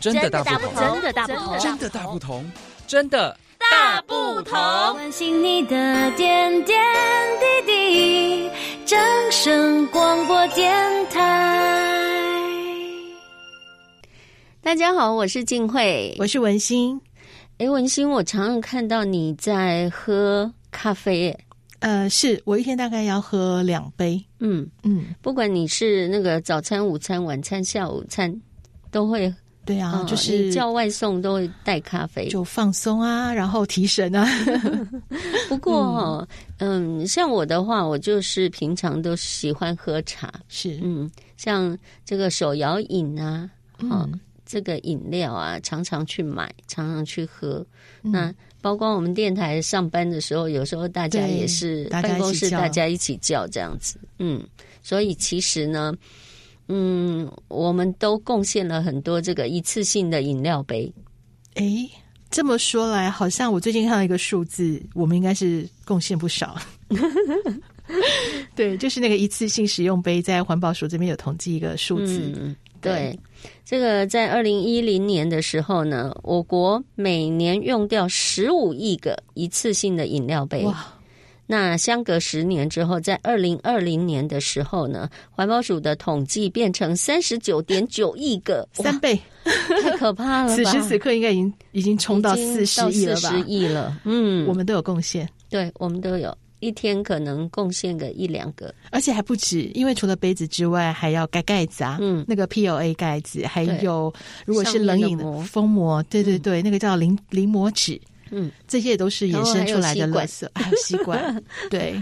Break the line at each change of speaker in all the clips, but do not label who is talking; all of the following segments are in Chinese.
真的大不
不
同，
同真的大不同
真的大不同，真的
大不同。
关心你的点点滴滴，掌声广播电台。
大家好，我是静慧。
我是文心。
哎，文心，我常常看到你在喝咖啡耶，
呃，是我一天大概要喝两杯。
嗯，
嗯，
不管你是那个早餐、午餐、晚餐、下午餐，都会
对啊，
嗯
就是
你叫外送都会带咖啡。
就放松啊，然后提神啊。
不过哦，嗯，像我的话，我就是平常都喜欢喝茶，
是，
嗯，像这个手摇饮啊，哦
嗯，
这个饮料啊，常常去买，常常去喝。
嗯
那包括我们电台上班的时候，有时候大家
对
也是
大家
办公
一起
室
叫
大家一起叫这样子，嗯，所以其实呢，嗯，我们都贡献了很多这个一次性的饮料杯，
诶，这么说来，好像我最近看到一个数字，我们应该是贡献不 少。对，就是那个一次性使用杯，在环保署这边有统计一个数字。
嗯，对。这个在二零一零年的时候呢，我国每年用掉十五亿个一次性的饮料杯，
嗯哇，
那相隔十年之后，在二零二零年的时候呢，环保署的统计变成三十九点九亿个，
三 倍！
哇太可怕了吧！
此时此刻应该已经已经冲到四十亿了吧？
40亿了嗯，
我们都有贡献，
对我们都有一天可能贡献个一两个，
而且还不止，因为除了杯子之外，还要盖盖子啊，
嗯
那个 POA 盖子，还
对
有如果是
上面
冷
的
饮的
膜
封膜，对对对，那个叫淋淋膜纸，
嗯，
这些都是衍生出来的垃圾，还有吸 管，对。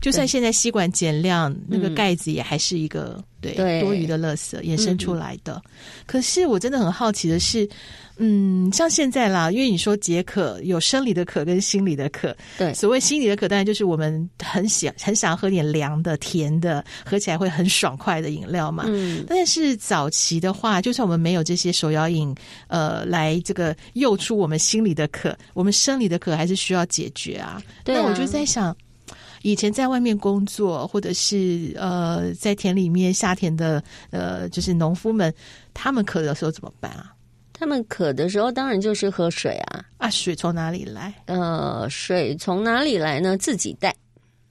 就算现在吸管减量，那个盖子也还是一个对
对嗯
多余的垃圾衍生出来的。可是我真的很好奇的是，嗯，像现在啦，因为你说解渴有生理的渴跟心理的渴，
对
所谓心理的渴，当然就是我们很想很想喝点凉的、甜的，喝起来会很爽快的饮料嘛。
嗯，
但是早期的话，就算我们没有这些手摇饮，呃，来这个诱出我们心里的渴，我们生理的渴还是需要解决啊。
对
那
啊
我就在想，以前在外面工作，或者是呃在田里面下田的呃，就是农夫们，他们渴的时候怎么办啊？
他们渴的时候当然就是喝水啊，
啊，水从哪里来？
呃，水从哪里来呢？自己带，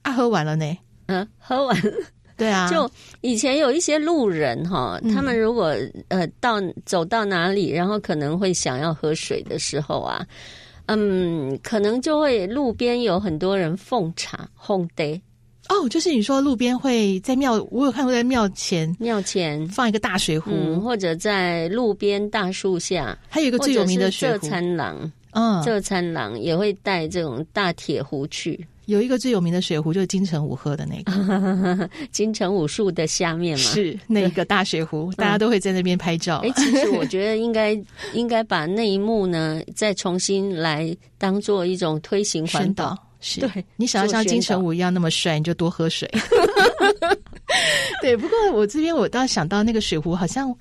啊，喝完了呢？
嗯、喝完
对啊，
就以前有一些路人哈，
嗯
他们如果呃到走到哪里，然后可能会想要喝水的时候啊，嗯，可能就会路边有很多人奉茶、烘杯、
哦，就是你说路边会在庙，我有看过在庙前
庙前，
放一个大水壶，
嗯，或者在路边大树下，
还有一个
或
最有
者
名
是
的水
这
壶，
餐郎，
嗯，
这餐郎也会带这种大铁壶去
有一个最有名的水壶就是金城武喝的那个，
金城武术的下面嘛。
是那个大水
嗯
壶，大家都会在那边拍照
哎、。其实我觉得应该 应该把那一幕呢，再重新来当做一种推行环
宣
保
导。是，
对
你想要
做
像金
宣导
城武一样那么帅，你就多 喝水。对，不过我这边我倒想到那个水壶，好像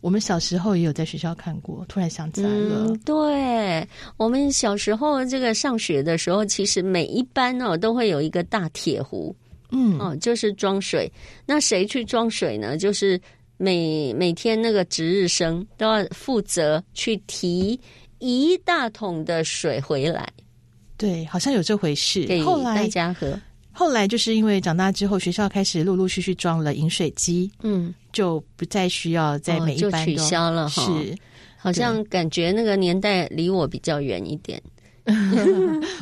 我们小时候也有在学校看过，突然想起来了。
嗯，对，我们小时候这个上学的时候，其实每一班哦都会有一个大铁壶
嗯，
哦，就是装水。那谁去装水呢？就是每每天那个值日生都要负责去提一大桶的水回来
对，好像有这回事
给。
后
大
来
家喝。
后来就是因为长大之后，学校开始陆陆续续装了饮水机，
嗯，
就不再需要在
哦
每一
就
班
取
都
消了哈
是，
好像感觉那个年代离我比较远一点。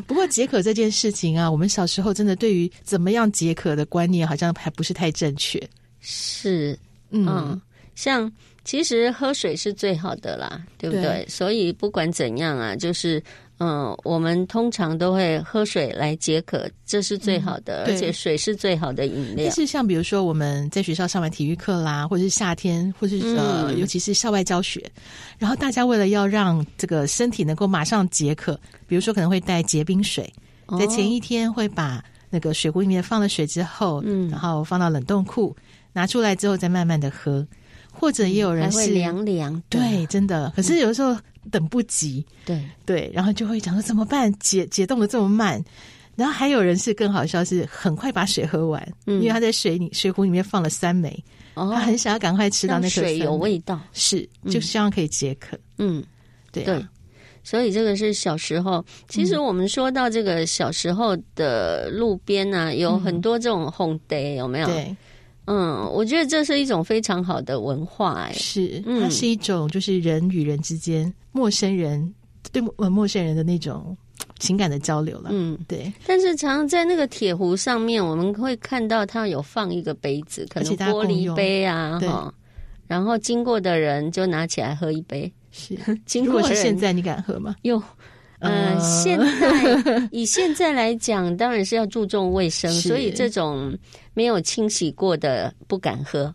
不过解渴这件事情啊，我们小时候真的对于怎么样解渴的观念好像还不是太正确。
是，
嗯，
嗯，像其实喝水是最好的啦，对不对？
对
所以不管怎样啊，就是嗯、呃我们通常都会喝水来解渴，这是最好的，
嗯对
而且水是最好的饮
但
料。
是像比如说我们在学校上完体育课啦，或者是夏天，或是呃，
嗯
尤其是校外教学，然后大家为了要让这个身体能够马上解渴，比如说可能会带结冰水，
哦
在前一天会把那个水壶里面放了水之后，
嗯
然后放到冷冻库，拿出来之后再慢慢的喝，或者也有
嗯还
人
会
是、
凉凉的，
对，真的，可是有的时候等不及，
对，
对，然后就会讲说怎么办？解解冻的这么慢。然后还有人是更好笑，是很快把水喝完，
嗯
因为他在水里水壶里面放了三枚，
哦
他很想要赶快吃到
让
那个
水有味道，
是，就希望可以解渴。
嗯，
对
对
啊，。嗯
所以这个是小时候。其实我们说到这个小时候的路边呢、有很多这种烘焙，有没有？
嗯对，
嗯，我觉得这是一种非常好的文化、哎，
是，
嗯
它是一种就是人与人之间陌生人对陌陌生人的那种情感的交流了。
嗯。
对，
但是常常在那个铁壶上面，我们会看到它有放一个杯子，可
而
能
且大家
玻
共
璃
用
杯啊，
对
哈。然后经过的人就拿起来喝一杯，
是。
经
如
过
果
的
是
人
现在，你敢喝吗？
又，呃，现在以现在来讲，当然是要注重卫生，
是
所以这种没有清洗过的不敢喝。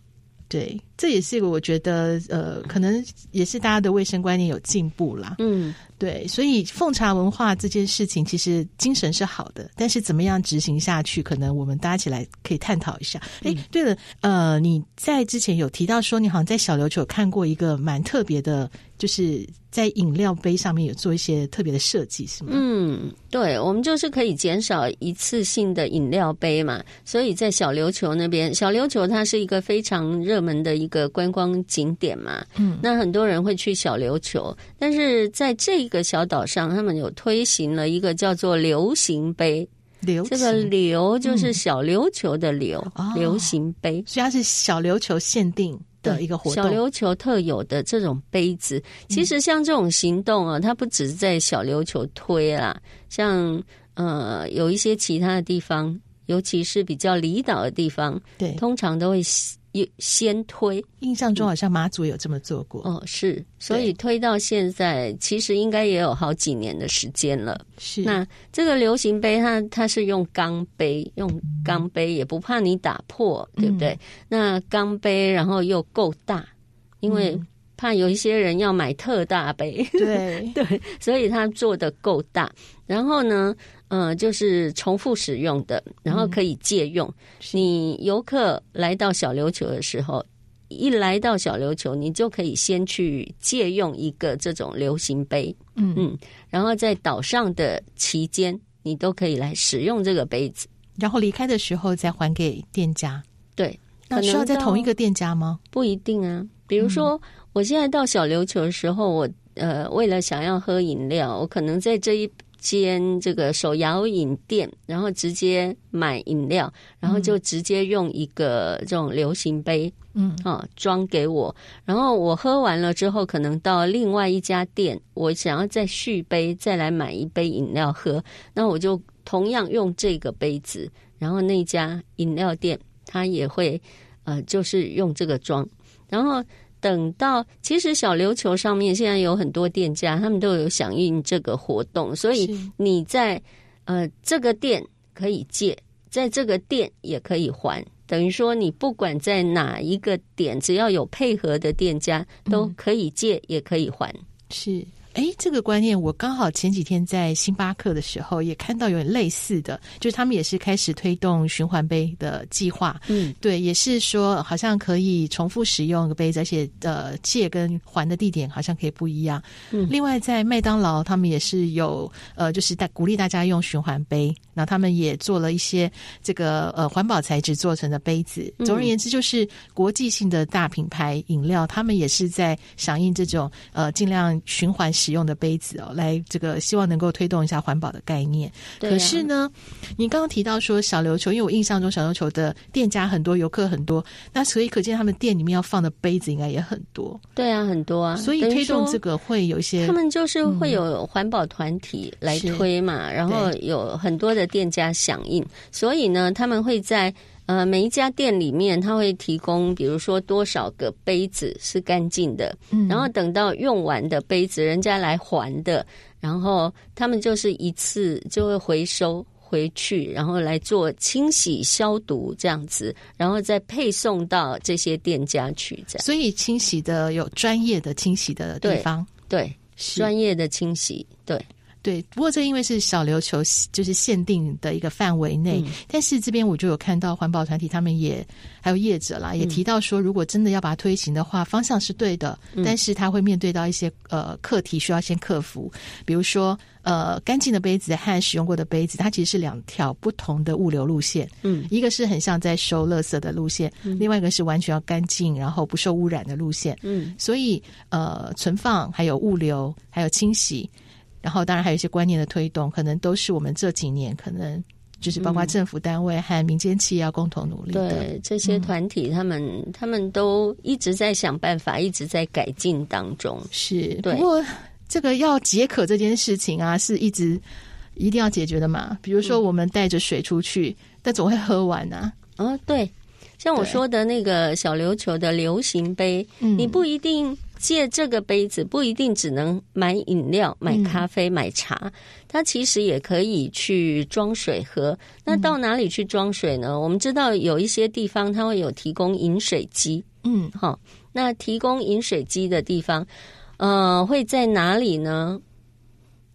对，这也是一个我觉得呃，可能也是大家的卫生观念有进步啦。
嗯，
对，所以奉茶文化这件事情，其实精神是好的，但是怎么样执行下去，可能我们大家起来可以探讨一下。哎、
嗯
对了，呃，你在之前有提到说，你好像在小琉球有看过一个蛮特别的，就是在饮料杯上面有做一些特别的设计，是吗？
嗯，对，我们就是可以减少一次性的饮料杯嘛，所以在小琉球那边，小琉球它是一个非常热门的一个观光景点嘛，嗯，那很多人会去小琉球，但是在这个小岛上，他们有推行了一个叫做流行杯，
流
这个
行
流就是小琉球的流，
哦
流行杯。
所以它是小琉球限定的
对
一个活
小
动，嗯
琉球特有的这种杯子，其实像这种行动啊，它不只是在小琉球推啦，像呃有一些其他的地方，尤其是比较离岛的地方，
对，
通常都会先先推
印象
嗯
中好像马祖有这么做过，
哦，是，所以
对
推到现在，其实应该也有好几年的时间了。
是
那这个流行杯它，它是用钢杯，用钢杯也不怕你打破，对不对？那钢杯然后又够大，因为怕有一些人要买特大杯，
对
所以它做的够大。然后呢，呃，就是重复使用的，然后可以借用。你游客来到小琉球的时候。一来到小琉球，你就可以先去借用一个这种流行杯，
嗯
嗯然后在岛上的期间，你都可以来使用这个杯子。
然后离开的时候再还给店家。
对，
那需要在同一个店家吗？
不一定啊。比如说，我现在到小琉球的时候，我呃，为了想要喝饮料，我可能在这一间这个手摇饮店，然后直接买饮料，然后就直接用一个这种流行杯，
嗯，
啊、装给我。然后我喝完了之后，可能到另外一家店，我想要再续杯，再来买一杯饮料喝，那我就同样用这个杯子，然后那家饮料店它也会呃，就是用这个装，然后。等到其实小琉球上面现在有很多店家，他们都有响应这个活动，所以
是
你在呃这个店可以借，在这个店也可以还。等于说，你不管在哪一个点，只要有配合的店家，
嗯
都可以借，也可以还。
是，哎，这个观念我刚好前几天在星巴克的时候也看到有点类似的，就是他们也是开始推动循环杯的计划。
嗯，
对，也是说好像可以重复使用一个杯子，而且呃借跟还的地点好像可以不一样。
嗯
另外在麦当劳他们也是有呃就是大鼓励大家用循环杯，然后他们也做了一些这个呃环保材质做成的杯子。
嗯
总而言之，就是国际性的大品牌饮料，他们也是在响应这种呃尽量循环使用的杯子哦，来这个希望能够推动一下环保的概念。
对啊
可是呢，你刚刚提到说小琉球，因为我印象中小琉球的店家很多，游客很多，那所以可见他们店里面要放的杯子应该也很多，
对啊，很多啊。
所以
等于
推动
说
这个嗯会有一些
他们就是会有环保团体来推嘛，然后有很多的店家响应，所以呢，他们会在呃每一家店里面，他会提供比如说多少个杯子是干净的，
嗯
然后等到用完的杯子人家来还的，然后他们就是一次就会回收。回去，然后来做清洗消毒这样子，然后再配送到这些店家去，这样
所以清洗的有专业的清洗的地
对
方。
对
是
专业的清洗，对
对，不过这因为是小琉球就是限定的一个范围内，
嗯
但是这边我就有看到环保团体他们也还有业者啦，也
嗯
提到说，如果真的要把它推行的话，方向是对的，
嗯
但是它会面对到一些呃课题需要先克服，比如说呃干净的杯子和使用过的杯子，它其实是两条不同的物流路线，
嗯
一个是很像在收垃圾的路线，另外一个是完全要干净然后不受污染的路线。
嗯
所以呃，存放还有物流，还有清洗，然后当然还有一些观念的推动，可能都是我们这几年可能就是包括
嗯
政府单位和民间企业要共同努力的。
对嗯这些团体，他们、他们都一直在想办法，一直在改进当中。
是，
对
不过这个要解渴这件事情啊，是一直一定要解决的嘛。比如
嗯
说我们带着水出去，但总会喝完啊。
哦，对，像我
对
说的那个小琉球的流行杯，
嗯
你不一定借这个杯子，不一定只能买饮料、
嗯
买咖啡、买茶，它其实也可以去装水喝。那到哪里去装水
嗯
呢？我们知道有一些地方它会有提供饮水机，
嗯
哈，那提供饮水机的地方，呃，会在哪里呢？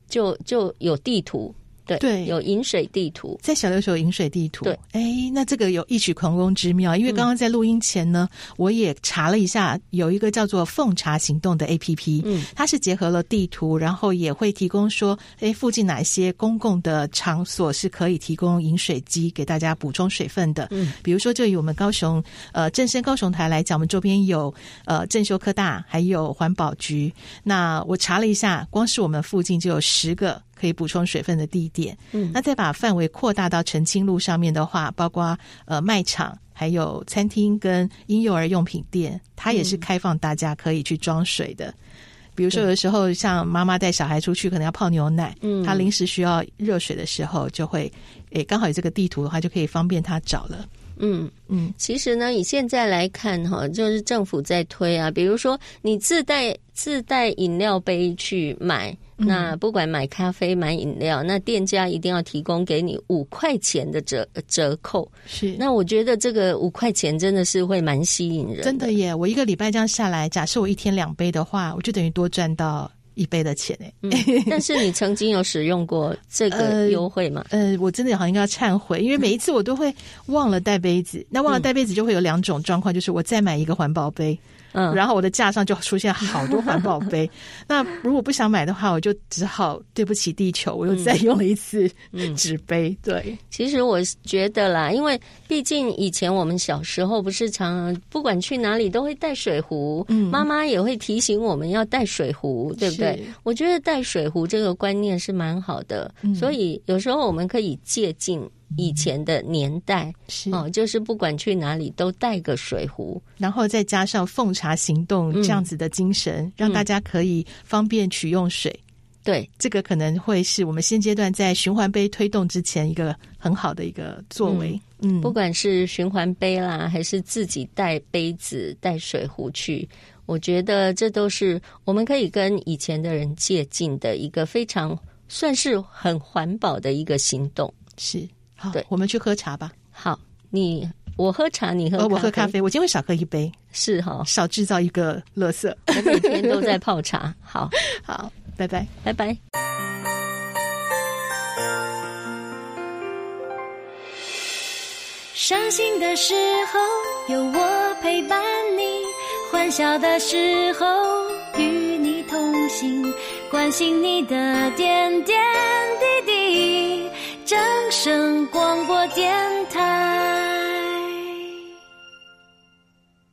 就就有地图，对，
对
有饮水地图，
在小琉球饮水地图，
对，嗯
哎，那这个有异曲同工之妙，因为刚刚在录音前呢，我也查了一下，有一个叫做“奉茶行动”的 APP，
嗯，
它是结合了地图，然后也会提供说，哎，附近哪些公共的场所是可以提供饮水机给大家补充水分的，
嗯，
比如说就以我们高雄呃正生高雄台来讲，我们周边有呃正修科大，还有环保局，那我查了一下，光是我们附近就有十个可以补充水分的地点。
嗯
那再把范围扩大到澄清路上面的话，包括呃卖场，还有餐厅跟婴幼儿用品店，它也是开放大家可以去装水的。比如说，有的时候像妈妈带小孩出去，可能要泡牛奶，
嗯
她临时需要热水的时候，就会，诶，刚好有这个地图的话，就可以方便她找了。
嗯。
嗯，
其实呢，以现在来看哈，就是政府在推啊，比如说你自带自带饮料杯去买，
嗯
那不管买咖啡买饮料，那店家一定要提供给你五块钱的折呃折扣。
是
那我觉得这个五块钱真的是会蛮吸引人
真的耶！我一个礼拜这样下来，假设我一天两杯的话，我就等于多赚到一杯的钱哎。
嗯但是你曾经有使用过这个
呃
优惠吗？
呃，我真的好像应该要忏悔，因为每一次我都会忘了带杯子。那忘了带杯子就会有两种状况，就是我再买一个环保杯，
嗯，
然后我的架上就出现好多环保杯。那如果不想买的话，我就只好对不起地球，我又再用了一次纸杯。对，
其实我觉得啦，因为毕竟以前我们小时候不是常常不管去哪里都会带水壶，
嗯
妈妈也会提醒我们要带水壶，对不对
是？
我觉得带水壶这个观念是蛮好的，
嗯
所以有时候我们可以借鉴以前的年代
是
哦，就是不管去哪里都带个水壶，
然后再加上奉茶行动这样子的精神，让大家可以方便取用水。
对。
这个可能会是我们现阶段在循环杯推动之前一个很好的一个作为。嗯，
不管是循环杯啦，还是自己带杯子、带水壶去，我觉得这都是我们可以跟以前的人借鉴的一个非常算是很环保的一个行动。
是好
对，
我们去喝茶吧。
好，你我喝茶，你喝
呃，我喝咖啡，我今天会少喝一杯，
是哈、
少制造一个垃圾。
我每天都在泡茶。好，
好，拜拜。
拜拜。
伤心的时候有我陪伴你，欢笑的时候与你同行，关心你的点点滴滴。掌声广播电台。